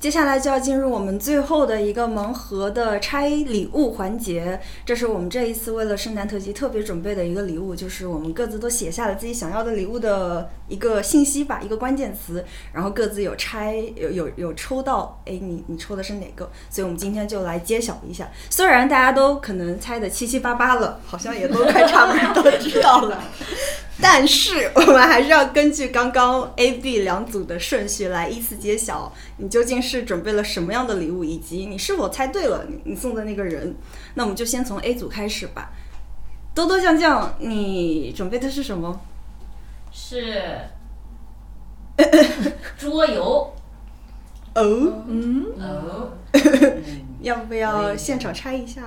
接下来就要进入我们最后的一个盲盒的拆礼物环节，这是我们这一次为了圣诞特辑特别准备的一个礼物，就是我们各自都写下了自己想要的礼物的一个信息吧，一个关键词，然后各自有拆有有有抽到，哎，你你抽的是哪个？所以我们今天就来揭晓一下，虽然大家都可能猜的七七八八了，好像也都快差不多知道了。但是我们还是要根据刚刚 A、B 两组的顺序来依次揭晓，你究竟是准备了什么样的礼物，以及你是否猜对了你你送的那个人。那我们就先从 A 组开始吧。多多酱酱，你准备的是什么？ 是桌游。哦，嗯，哦，要不要现场拆一下？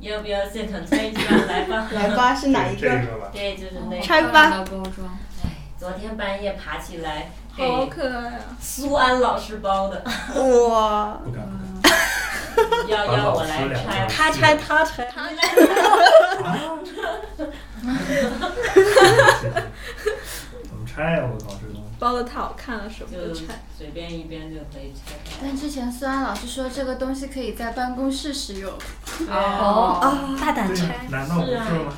要不要现场猜一下？来吧，来吧，是哪一嗯这这个？个吧，对，就是那个。拆吧小包装，昨天半夜爬起来给好可爱啊！苏安老师包 的，嗯哇，不 敢不敢。要把要老我师来两拆个。他拆他拆，怎么拆呀？我靠，这东西。包的太好看了，舍不就得拆。随便一边就可以拆开。但之前苏安老师说这个东西可以在办公室使用，哦，大胆对呀，难道不是啊吗？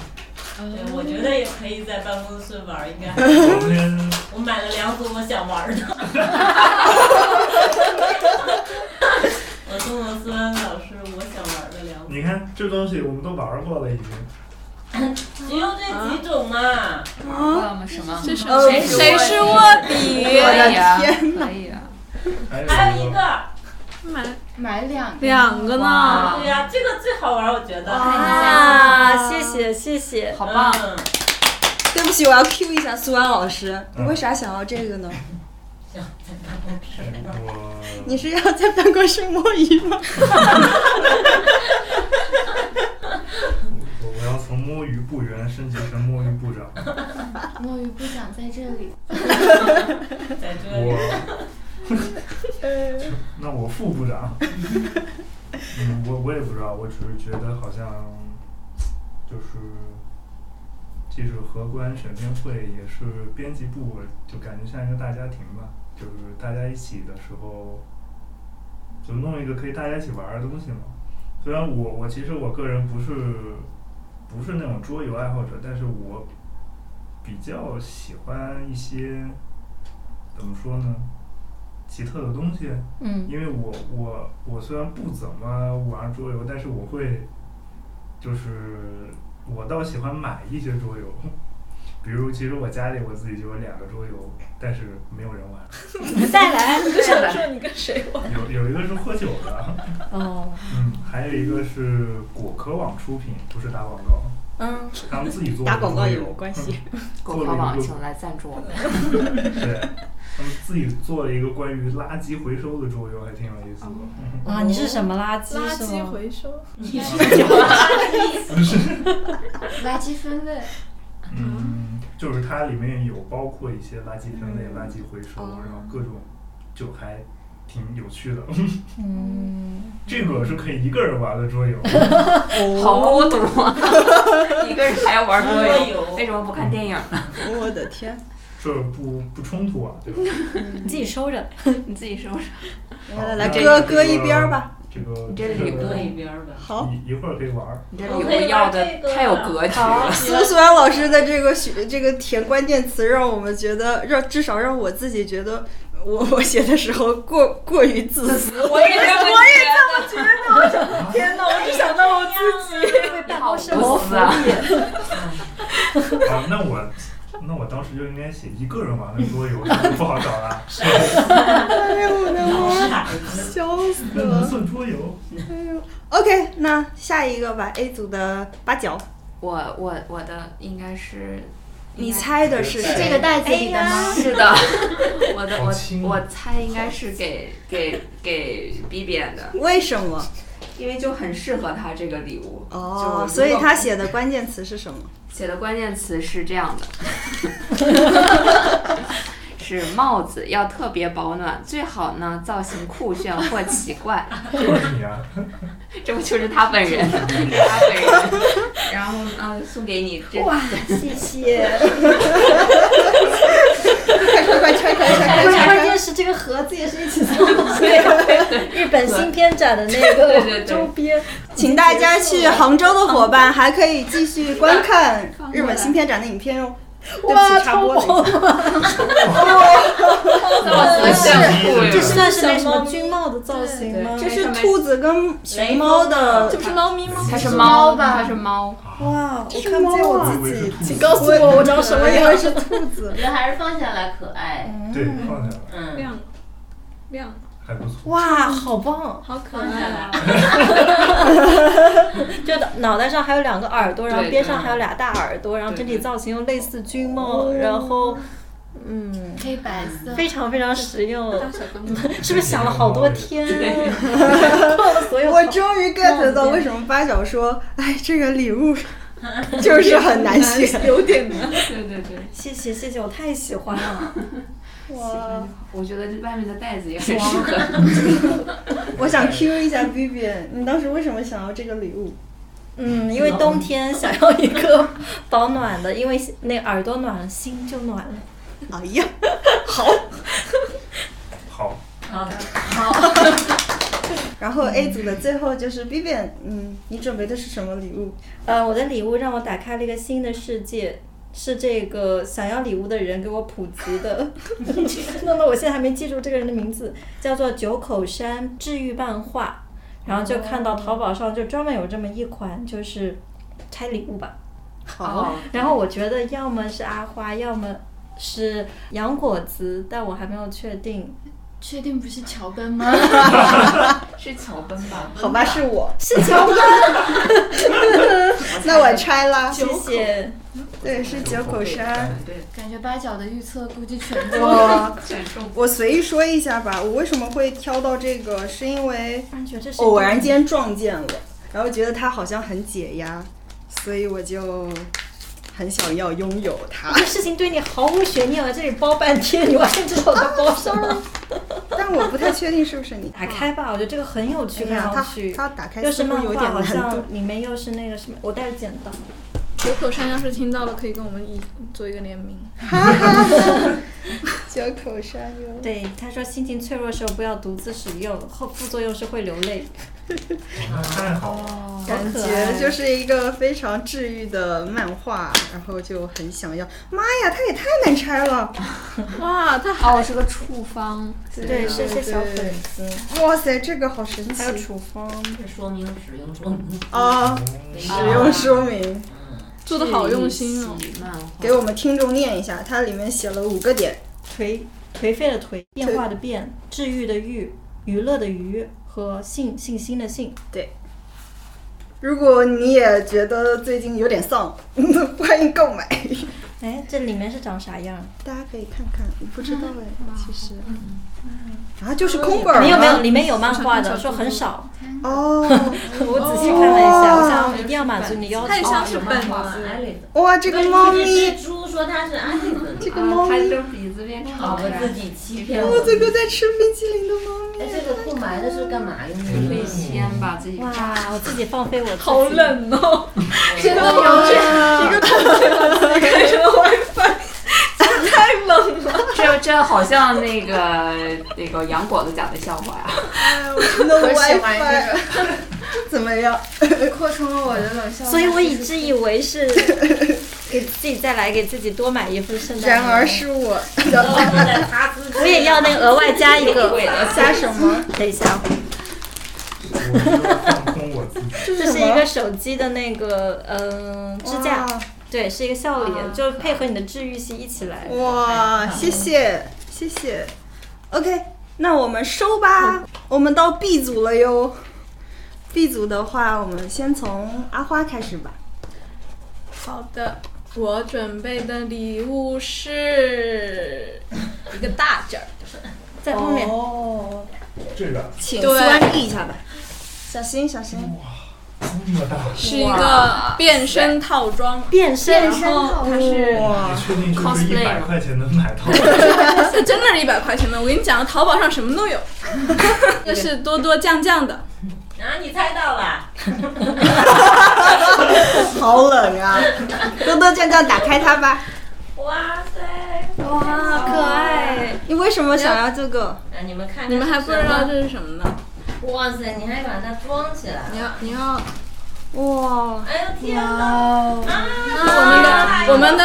对，我觉得也可以在办公室玩， 应该。我们先我买了两组我想玩的。我送了苏安老师我想玩的两组，你看这东西我们都玩过了，已经。只有这几种嘛。我们什么？这是呃谁谁是是哎卧底？可以啊，可以啊，还有一个，买买两个。两个呢对，呀、这个最好玩，我觉得。哎啊，谢谢谢谢。好棒！嗯对不起，我要 Q 一下苏安老师，你嗯为啥想要这个呢？行，在办公室玩我你是要在办公室摸鱼吗？我我要从摸鱼部员升级成摸鱼部长。摸鱼部长在这里，在这里。我， 那我副部长，嗯，我我也不知道，我只是觉得好像就是，即使荷官选编会也是编辑部，就感觉像一个大家庭吧，就是大家一起的时候，就弄一个可以大家一起玩儿的东西嘛。虽然我我其实我个人不是不是那种桌游爱好者，但是我比较喜欢一些怎么说呢，奇特的东西。嗯，因为我我我虽然不怎么玩桌游，但是我会，就是我倒喜欢买一些桌游，比如其实我家里我自己就有两个桌游，但是没有人玩。再来，就想说你跟谁玩？有有一个是喝酒的，哦，嗯，还有一个是果壳网出品，不是打广告，嗯，他们自己做的打广告桌也游有关系。做果了壳一网个请来赞助我们，对，他们自己做了一个关于垃圾回收的桌游，还挺有意思的。啊你是什么垃垃圾回收，你是垃圾分类，嗯，就是它里面有包括一些垃圾分类、垃圾回收，哦然后各种，就还挺有趣的。 嗯，这个是可以一个人玩的桌 游，好孤独啊， 一个人还要玩桌游，为什么不看电影呢？我的天，这不不冲突啊，对吧？你自己收着， 你自己收着。来来来，好搁那搁一这个边儿吧。这个你这里这搁个一边儿吧。好，一一会儿可以玩儿。你这啊礼物要的太有格局了，苏苏安老师的这个学这个填关键词，让我们觉得，让至少让我自己觉得我，我写的时候过过于自私。 我也这么哎觉天哪，我只想到我自己得，好无私啊！好，那我那我当时就应该写一个人玩的桌游，这不好找 了。傻子，笑死那能了。算桌游？ OK，那下一个吧，A 组的八角，我我我的应该是，哎你猜的是是谁？这个袋子里的吗？是 的，我的好轻啊我我猜应该是给给给 B B 的，为什么？因为就很适合他这个礼物哦，就所以如果他写的关键词是什么？写的关键词是这样的，是帽子要特别保暖，最好呢造型酷炫或奇怪，就是你啊！这不就是他本人？他本人。然后呢，送给你这谢谢。快快快拆开拆开拆开！是这个盒子也是一起送。对对日本新编展的那个对对对周边，请大家去杭州的伙伴还可以继续观看日本新片展的影片哦。对不哇，起，插播超棒了。这么真自是信，对这算是那什么军帽的造型吗？这是兔子跟熊猫的这不是猫咪吗？它是猫猫吧它是猫，哇！我看不见我我以为自是己，兔子请告诉我，我长什么样？是兔子我。觉得还是放下来可爱。对，放下来嗯，亮了，亮了，还不错。哇，好棒！好可放下爱来啊！。就脑袋上还有两个耳朵，然后对边啊上还有俩大耳朵，然后对整体对造型又类似军哦帽，然后嗯，黑白色，非常非常实用，大小跟猫， 是不是想了好多天？ 做了所有我终于 get 到为什么八角说，哎，这个礼 物就是很难选。有点难。对对对，谢谢谢谢，我太喜欢了。哇， 我觉得外面的袋子也很适合。我想 Q 一下 B B，你当时为什么想要这个礼物？嗯，因为冬天想要一个保暖的，因为那耳朵暖了，心就暖了。 哎呀，好，然后 A 组的最后就是 B B，嗯，你准备的是什么礼物？呃，我的礼物让我打开了一个新的世界，是这个想要礼物的人给我普及的。 那么我现在还没记住这个人的名字，叫做九口山治愈漫画。然后就看到淘宝上就专门有这么一款，就是拆礼物吧。好，哦然后我觉得要么是阿花，要么是杨果子，但我还没有确定。确定不是桥本 吗？是巧奔吧？好吧，是我，是乔哥，那我拆啦。谢谢。对，是九口山。对，感觉八角的预测估计全中了。我选中。我随意说一下吧，我为什么会挑到这个，是因为哦突然觉得这是偶哦然间撞见了，然后觉得它好像很解压，所以我就很想要拥有它 这。事情对你毫无悬念了，啊这里包半天，你完全知道我在包什么。但我不太确定是不是 你打开吧，我觉得这个很有趣，嗯哎呀看上去。它它打开又是似乎漫有画，点好难度像里面又是那个什么，我带着剪刀。九口山要是听到了，可以跟我们一做一个联名。九口山哟。对，他说心情脆弱的时候不要独自使用，后副作用是会流泪。哇那太好了，感觉就是一个非常治愈的漫画，然后就很想要。妈呀，它也太难拆了！哇，它哦，是个处方，对，是是小粉丝，哇塞，这个好神还有奇处方。这说明使用说明。啊！嗯使用说明做的好用心哦。漫画给我们听众念一下，它里面写了五个点。颓颓废的颓，变化的变，治愈的愈，娱乐的娱和信信心的信。如果你也觉得最近有点丧， 欢迎购买。哎，这里面是长啥样？大家可以看看，我不知道哎，其实啊，就是空本儿吗没有没有，里面有漫画的，说很少。哦，我仔细看了一下，我想哦一定要满足你要求。它也像是本哦子，艾丽的。哇，这个猫咪，蜘蛛说它是艾丽的。这个猫啊，它咪，就鼻子变啊，长我了自，己欺骗我我。这个在吃冰淇淋的猫咪，哎，这个空白的是干嘛用的？可以牵吧自己。哇，我自己放飞我自己。好。冷哦，真的有开什么 WiFi？太冷了， 这这这好像那个那个杨果子讲的笑话呀。哎我真的我喜欢 WiFi 怎么样？扩充了我的冷笑话。 所以我一直 以为是给自己再来给自己多买一副圣诞。然而，是我的，我也要那个额外加一个。 加什么？ 等一下，啊我就放空我自己。这这什是一么个手机的那个嗯、呃支架。对，是一个笑脸，就配合你的治愈系一起来。哇，谢谢谢谢。OK，那我们收吧，我们到 B 组了哟。B 组的话，我们先从阿花开始吧。好的，我准备的礼物是一个大件儿的， 在后面，哦，这个请对关闭一下吧，小心小心。这么大，是一个变身套装，变身变身套它是你确定这是一 cosplay 百吗块钱能买到的？这真的是一百块钱的。我跟你讲，淘宝上什么 都有。这是多多酱酱的，啊，你猜到了。好冷啊！多多酱酱，打开它吧。哇塞！哇，可爱！你为什么想要这个？哎，你们看，你们还不知道？这是什么呢？哇塞，你还把它装起来？你要你要哇，哎呦天哪！啊我们哦的我们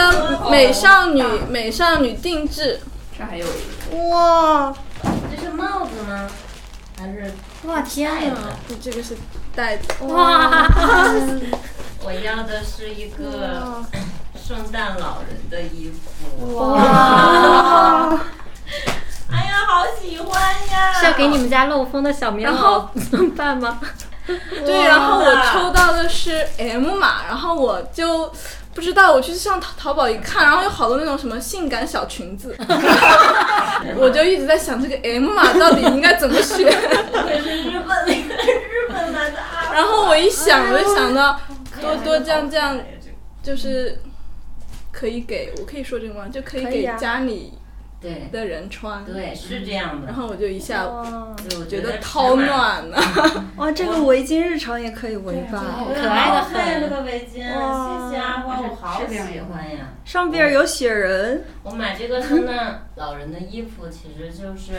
的美少女美少女定制，这还有一个，哇，这是帽子吗？还是哇天哪！这个是袋子，我要的是一个圣诞老人的衣服？哇！ 哎呀，好喜欢呀！是要给你们家漏风的小棉然后袄怎么办吗？对，然后我抽到的是 M 码，然后我就不知道，我去上淘淘宝一看，然后有好多那种什么性感小裙子， 我就一直在想这个 M 码到底应该怎么选。日本那个日本版的啊，然后我一想，我就想到多多这样这样，就是可以给我可以说这个吗？就可以可以给啊家里对的人穿。对，是这样的然。后我就一下哇，对我觉得超暖了。哇，这个围巾日常也可以围吧？可爱的很。这很。个围巾，哇谢谢阿花，我好喜欢呀！上边有雪人，我买这个圣诞老人的衣服，其实就是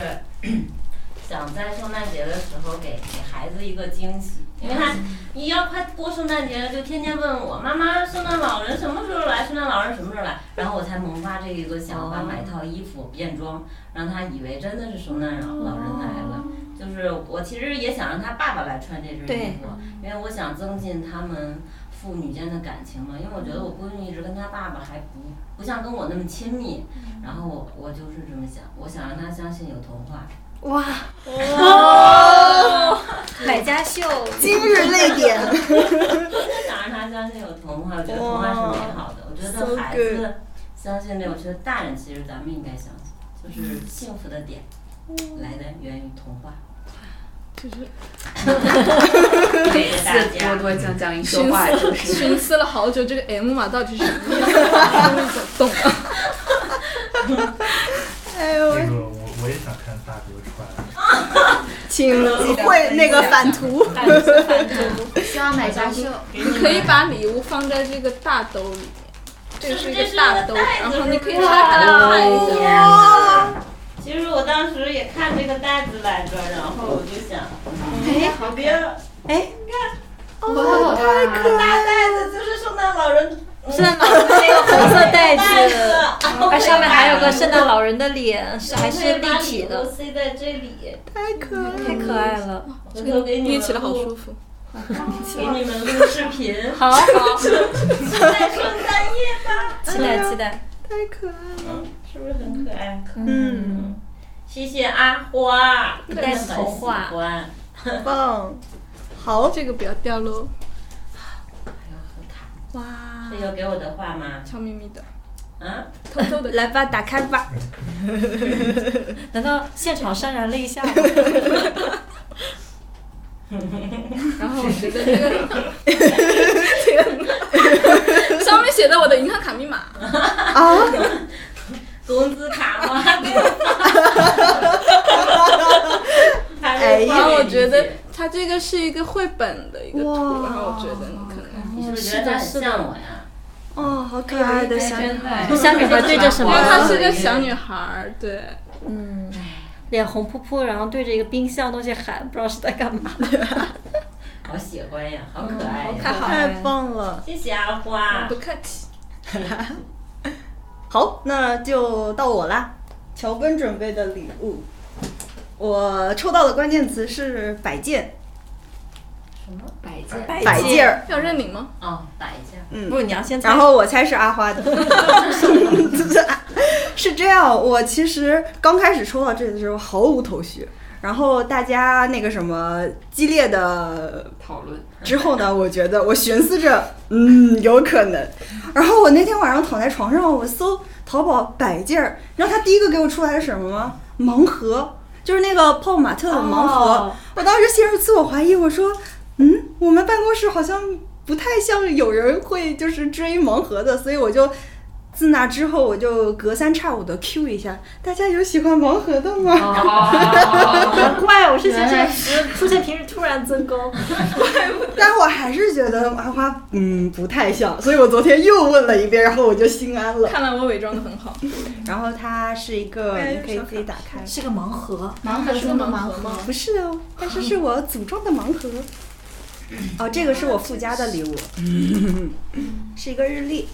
想在圣诞节的时候给给孩子一个惊喜，因为他你要快过圣诞节了，就天天问我妈妈，圣诞老人什么时候来？圣诞老人什么时候来？然后我才萌发这一个想法，买一套衣服变装，让他以为真的是圣诞老老人来了。就是我其实也想让他爸爸来穿这身衣服，因为我想增进他们父女间的感情嘛。因为我觉得我闺女一直跟她爸爸还不不像跟我那么亲密，嗯然后我我就是这么想，我想让她相信有童话。 哇，百家秀，今日泪点，想让他相信有童话，我觉得童话是美好的。我觉 so 得孩子相信这个，我觉得大人其实咱们应该相信，嗯就是幸福的点来的源于童 话。就是谢谢大次多家。多讲讲一说寻话就 思是。寻思了好久，这个 M 码到底是什么意思？ 懂了。哎呦这，个我我也想看大哥穿，请 会那个返图，希望买家秀。你可以把礼物放在这个大兜里面，这个是一个大兜，然后你可以拆开来看一下。啊其实我当时也看这个袋子来着，然后我就想，嗯哎，好别哎，哇，太可爱！大袋子就是圣诞老人圣诞老人 那个红色 袋袋子子，，它哎上面啊还有个圣诞老人的脸，是还是立体都的，塞在这里，太可爱了。哦回头给你立们起来好舒录，服。给你们录视频， 好 好，在圣诞夜吧，期待啊期待。是不是很可爱？嗯，嗯，谢谢阿花，不带头画真的很喜欢很棒，好，这个不要掉喽。哎呦，很卡。哇这，有给我的话吗？悄咪咪的，啊，偷偷的。来吧，打开吧，难道现场潸然泪下 吗？然后我觉得这 个，天哪上面写的我的银行卡密 码，啊，工资卡吗？哎哎然后我觉得它这个是一个绘本的一个图，哇然后我觉得你可能，你是不是觉得他很像我呀？哦，好可爱的小女孩，孩小女孩对着什因么为呢？她是个小女孩儿，对，嗯，脸红扑扑，然后对着一个冰箱的东西喊，不知道是在干 嘛。好喜欢呀，好可爱呀！太嗯好了，太棒了。谢谢阿花不，客气。好，那就到我啦。乔根准备的礼物，我抽到的关键词是摆件，摆件，摆件儿。要认领吗？哦，摆一下，不，你要先然后我猜是阿花的， 是这样。我其实刚开始抽到这个的时候毫无头绪，然后大家那个什么激烈的讨论。之后呢，我觉得我寻思着，嗯，有可能。然后我那天晚上躺在床上，我搜淘宝摆件儿，你知道它第一个给我出来是什么吗？盲盒，就是那个泡泡玛特的盲盒。哦我当时陷入自我怀疑，我说，嗯，我们办公室好像不太像有人会就是追盲盒的，所以我就。自那之后，我就隔三差五的 Q 一下，大家有喜欢盲盒的吗？哦，哎难怪我是先原来生，知出现频率突然增高。 但我还是觉得阿花嗯不太像，所以我昨天又问了一遍，然后我就心安了。看来我伪装的很好。然后它是一个，哎你可以小卡自己打开。是个盲盒，盲盒是个盲盒吗？ 不是哦，但是是我组装的盲盒。哦，这个是我附加的礼 物，是一个日历。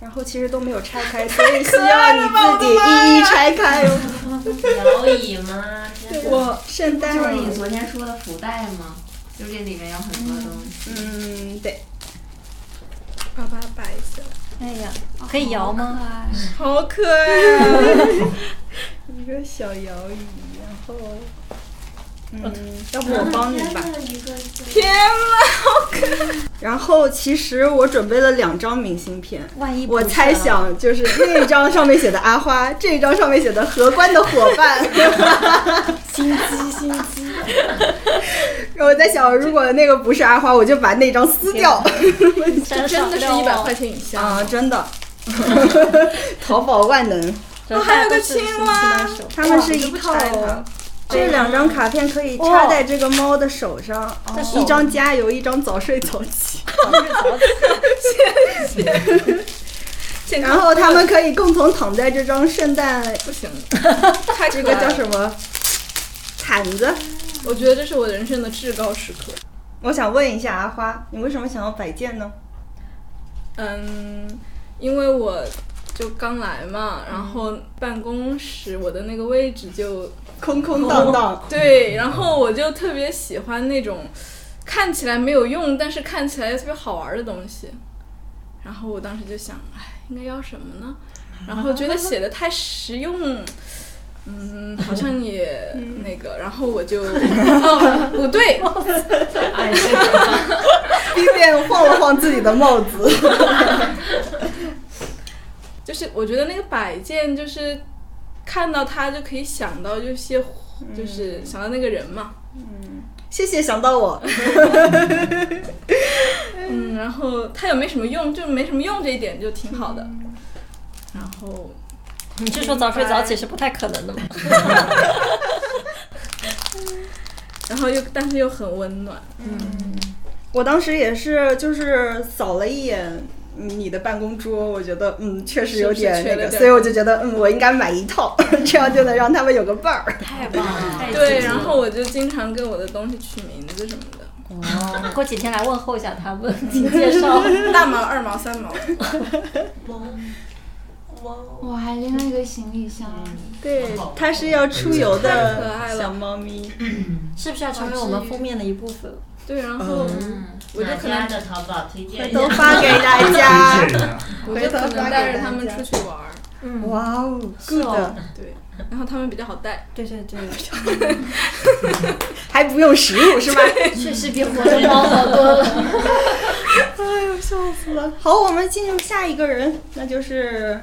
然后其实都没有拆开，所以需要你自己一一拆开哦。摇椅吗？真的我圣诞就是你昨天说的福袋吗？就这里面有很多东西，嗯，对，把它摆一下，哎呀，可以摇吗？吗？好可爱啊！一个小摇椅，然后，嗯，要不我帮你吧。天哪，好可爱！然后其实我准备了两张明信片，万一不啊我是猜呢想就是那一张上面写的阿花，这一张上面写的荷官的伙伴。 心机心机，然后我在想，如果那个不是阿花，我就把那张撕掉。啊这真的是一百块钱以下。啊，真 的，淘宝万能。然后还有大家个都是青手蛙牵手他们是一套哇我都不拆它，哦这两张卡片可以插在这个猫的手上，哦一张加油，一张早睡早起。健康然后他们可以共同躺在这张圣诞不行， 这个叫什么毯子。我觉得这是我人生的至高时刻。我想问一下阿花，你为什么想要摆件呢？嗯，因为我就刚来嘛，然后办公室我的那个位置就空空荡荡，对，然后我就特别喜欢那种看起来没有用，但是看起来又特别好玩的东西。然后我当时就想，哎，应该要什么呢？然后觉得写的太实用，嗯，好像也那个，然后我就哦，不对，冰面晃了晃自己的帽子。就是我觉得那个摆件就是看到它就可以想到一些，就是想到那个人嘛，谢谢想到 我，嗯，然后它又没什么用，就没什么用这一点就挺好的。然后你是说早睡早起是不太可能的吗？然后又但是又很温暖，我当时也是就是扫了一眼。你的办公桌，我觉得嗯，确实有点是不是缺那了个，点所以我就觉得嗯，我应该买一套， 这样就能让他们有个伴儿。太棒了！对，然后我就经常给我的东西取名字什么的，哦，过几天来问候一下他们，请介绍。 大毛、二毛、三毛，我还拎了一个行李箱，对，它是要出游太可爱的了小猫咪。是不是要成为我们封面的一部分？对，然后嗯我就哪可家能的淘宝推荐一都下？哦发给大 推家。荐一下，我就可回头发能给带着他大们家出去玩儿，哇哦，good，对，然后他们比较好带，对对对，还不用食物是吧？确实比火神猫好多了。哎呦，笑死了！好，我们进入下一个人，那就是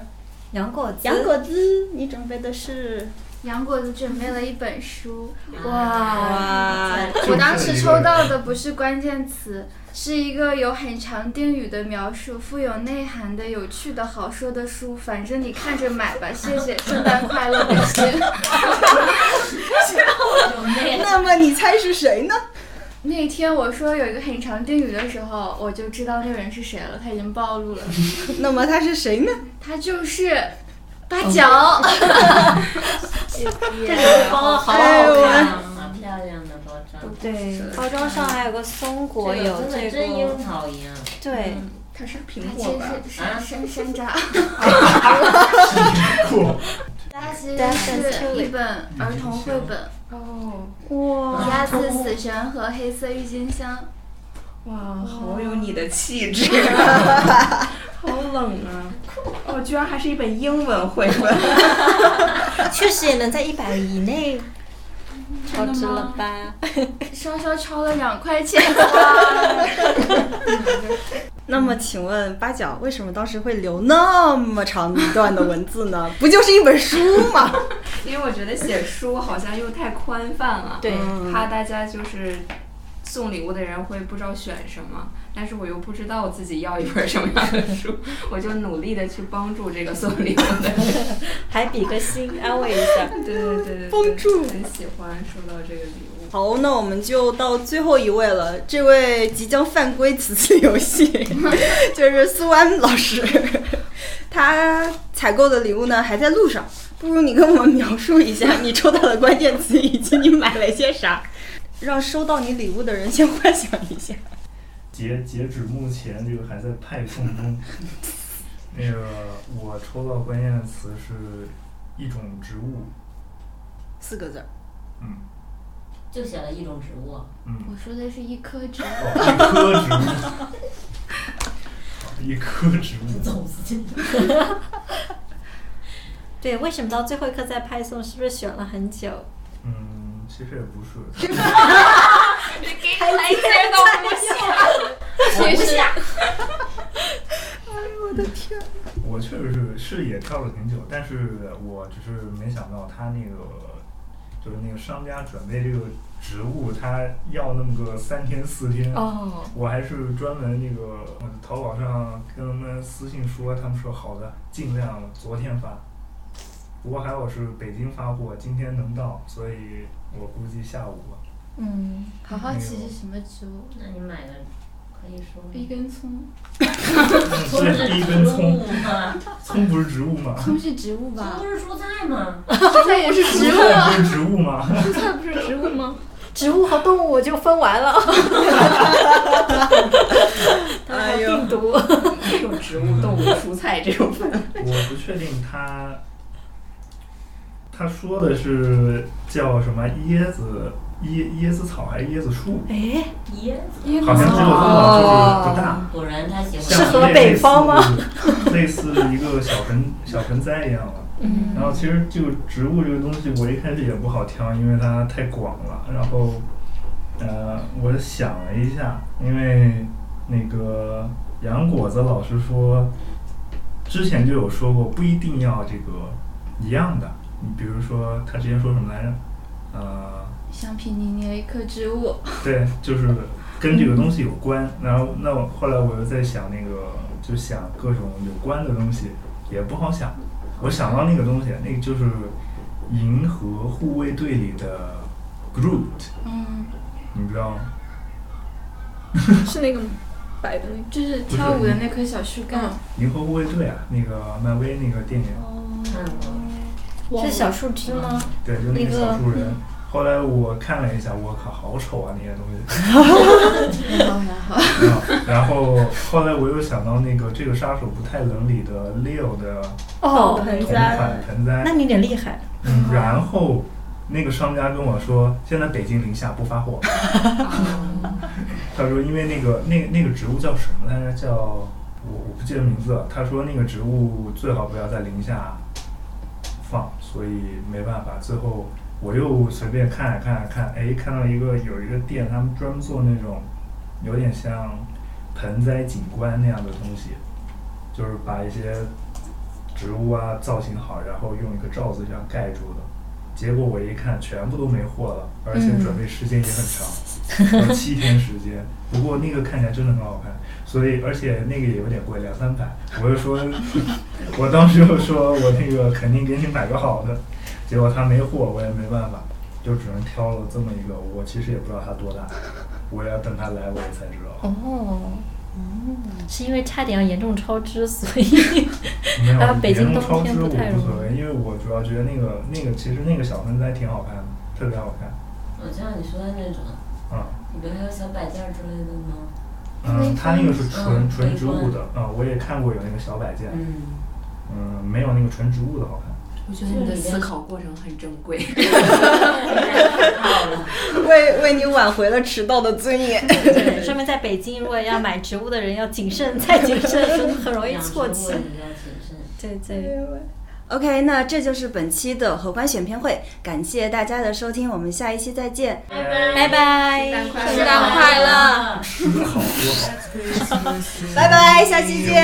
杨果子，杨果子。你准备的是杨果子准备了一本书，哇，我当时抽到的不是关键词，是一个有很长定语的描述、富有内涵的、有趣的、好说的书。反正你看着买吧，谢谢，圣诞快乐，感谢。那么你猜是谁呢？那天我说有一个很长定语的时候，我就知道那个人是谁了，他已经暴露了，那么他是谁呢？他就是八角。这个包好好哎呦看啊，好漂亮的包装，对，包装上还有个松果，这有个这真的真樱个，桃一样。对，嗯他是苹啊果吧他其实是山山山楂。酷，它哦其实是一本儿童绘本，哇， 《鸭子、死神和黑色郁金香》。嗯好有你的气质， 好冷啊！哦，居然还是一本英文绘本，啊确实也能在一百以内，超值了吧？稍稍超了两块钱。那么请问八角为什么当时会留那么长一段的文字呢？不就是一本书吗？因为我觉得写书好像又太宽泛了，对怕大家就是送礼物的人会不知道选什么，但是我又不知道我自己要一本什么样的 书，我就努力的去帮助这个送礼物的人。 还比个心安慰一下。 对对对对，帮助很喜欢收到这个礼物。 好，那我们就到最后一位了，这位即将犯规此次游戏， 就是苏安老师，他采购的礼物呢还在路上，不如你跟我们描述一 下你抽到的关键词以及你买了些啥，让收到你礼物的人先幻想一下。截截止目前，这个还在派送中。那个我抽到关键词是一种植物，四个字儿，嗯就写了一种植物，嗯， 我说的是一颗痣，哦一棵植 物，哦一棵植物，走私对，为什么到最后一刻再派送？是不是选了很久？嗯，其实也不是，来一些都不行。学习 我确实是是也跳了挺久，但是我只是没想到他那个就是那个商家准备这个植物，他要那么个三天四天。哦，我还是专门那个呃淘宝上跟他们私信说，他们说好的，尽量昨天发。不过还好是北京发货，今天能到，所以我估计下午吧。嗯，好好奇是什么植物？ 那你买个可以说一根葱，葱这是一根葱，吗？葱不是植物吗？葱是植物吧不？是蔬菜吗？蔬菜也是植物。不是植物吗？蔬菜不是植物吗？植物和动物我就分完了。哎呦病毒，没有 植物、动物、蔬菜这种分。我不确定他，他说的是叫什么椰子椰椰子草还是椰子树？哎，椰子。好像这个分法就是不大。果然他喜像是欢河北方吗 类似？类似一个小盆小盆栽一样的。嗯然后其实这个植物这个东西，我一开始也不好挑，因为它太广了。然后，呃，我想了一下，因为那个杨果子老师说，之前就有说过，不一定要这个一样的。你比如说，他之前说什么来着？呃，橡皮泥捏一棵植物，对，就是跟这个东西有关。然后，那我后来我又在想那个，就想各种有关的东西，也不好想。我想到那个东西，那个就是《银河护卫队》里的 Groot，嗯，你知道吗？是那个吗白的那个。就是跳舞的那棵小树干。 《银河护卫队》啊，那个漫威那个电影，看过。是小树枝吗？对，就那那个个小树人。后来我看了一下，我靠，好丑啊那些东西。还好还好，然后然后后来我又想到那个《这个杀手不太冷》里的 Leo 的哦，同款盆栽，那你有点厉害。嗯，然后那个商家跟我说，现在北京零下不发货。哦他说，因为那个那那个植物叫什么来着？叫我我不记得名字了。他说那个植物最好不要在零下放，所以没办法。最后我又随便看了看了看，哎，看到一个有一个店，他们专门做那种有点像盆栽景观那样的东西，就是把一些植物啊造型好，然后用一个罩子这样盖住的。结果我一看，全部都没货了，而且准备时间也很长，有呃七天时间。不过那个看起来真的很好看，所以而且那个也有点贵，两三百。我就说， 我当时就说我那个肯定给你买个好的，结果他没货，我也没办法，就只能挑了这么一个。我其实也不知道它多大，我要等它来我才知道。哦，是因为差点要严重超支，所以没有， 啊北京严重冬超天支我不太无所容易谓，因为我主要觉得那个那个其实那个小盆栽挺好看的，特别好看。我知道你说的那种，嗯里边还有小摆件儿之类的吗？嗯，它那个是纯嗯纯植物微的啊、我也看过有那个小摆件，嗯，嗯，没有那个纯植物的好看。我觉得你的思考过程很珍贵。为为你挽回了迟到的尊严。对，说明在北京，如果要买植物的人要谨 慎再谨慎，很容易错期。期要。谨慎。对对， OK，那这就是本期的荷官选片会，感谢大家的收听，我们下一期再见，拜拜，快乐圣诞快乐。拜拜，下期见。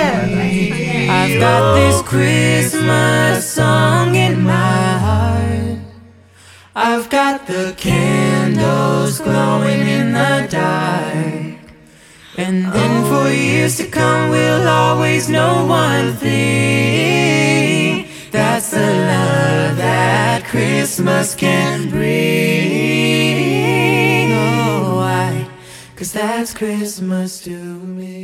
I've got this Christmas song in my heart. I've got the candles. candles glowing in the dark. And then for years to come, we'll always know one thing. That's the love that Christmas can bring. Oh, why? Cause that's Christmas to me.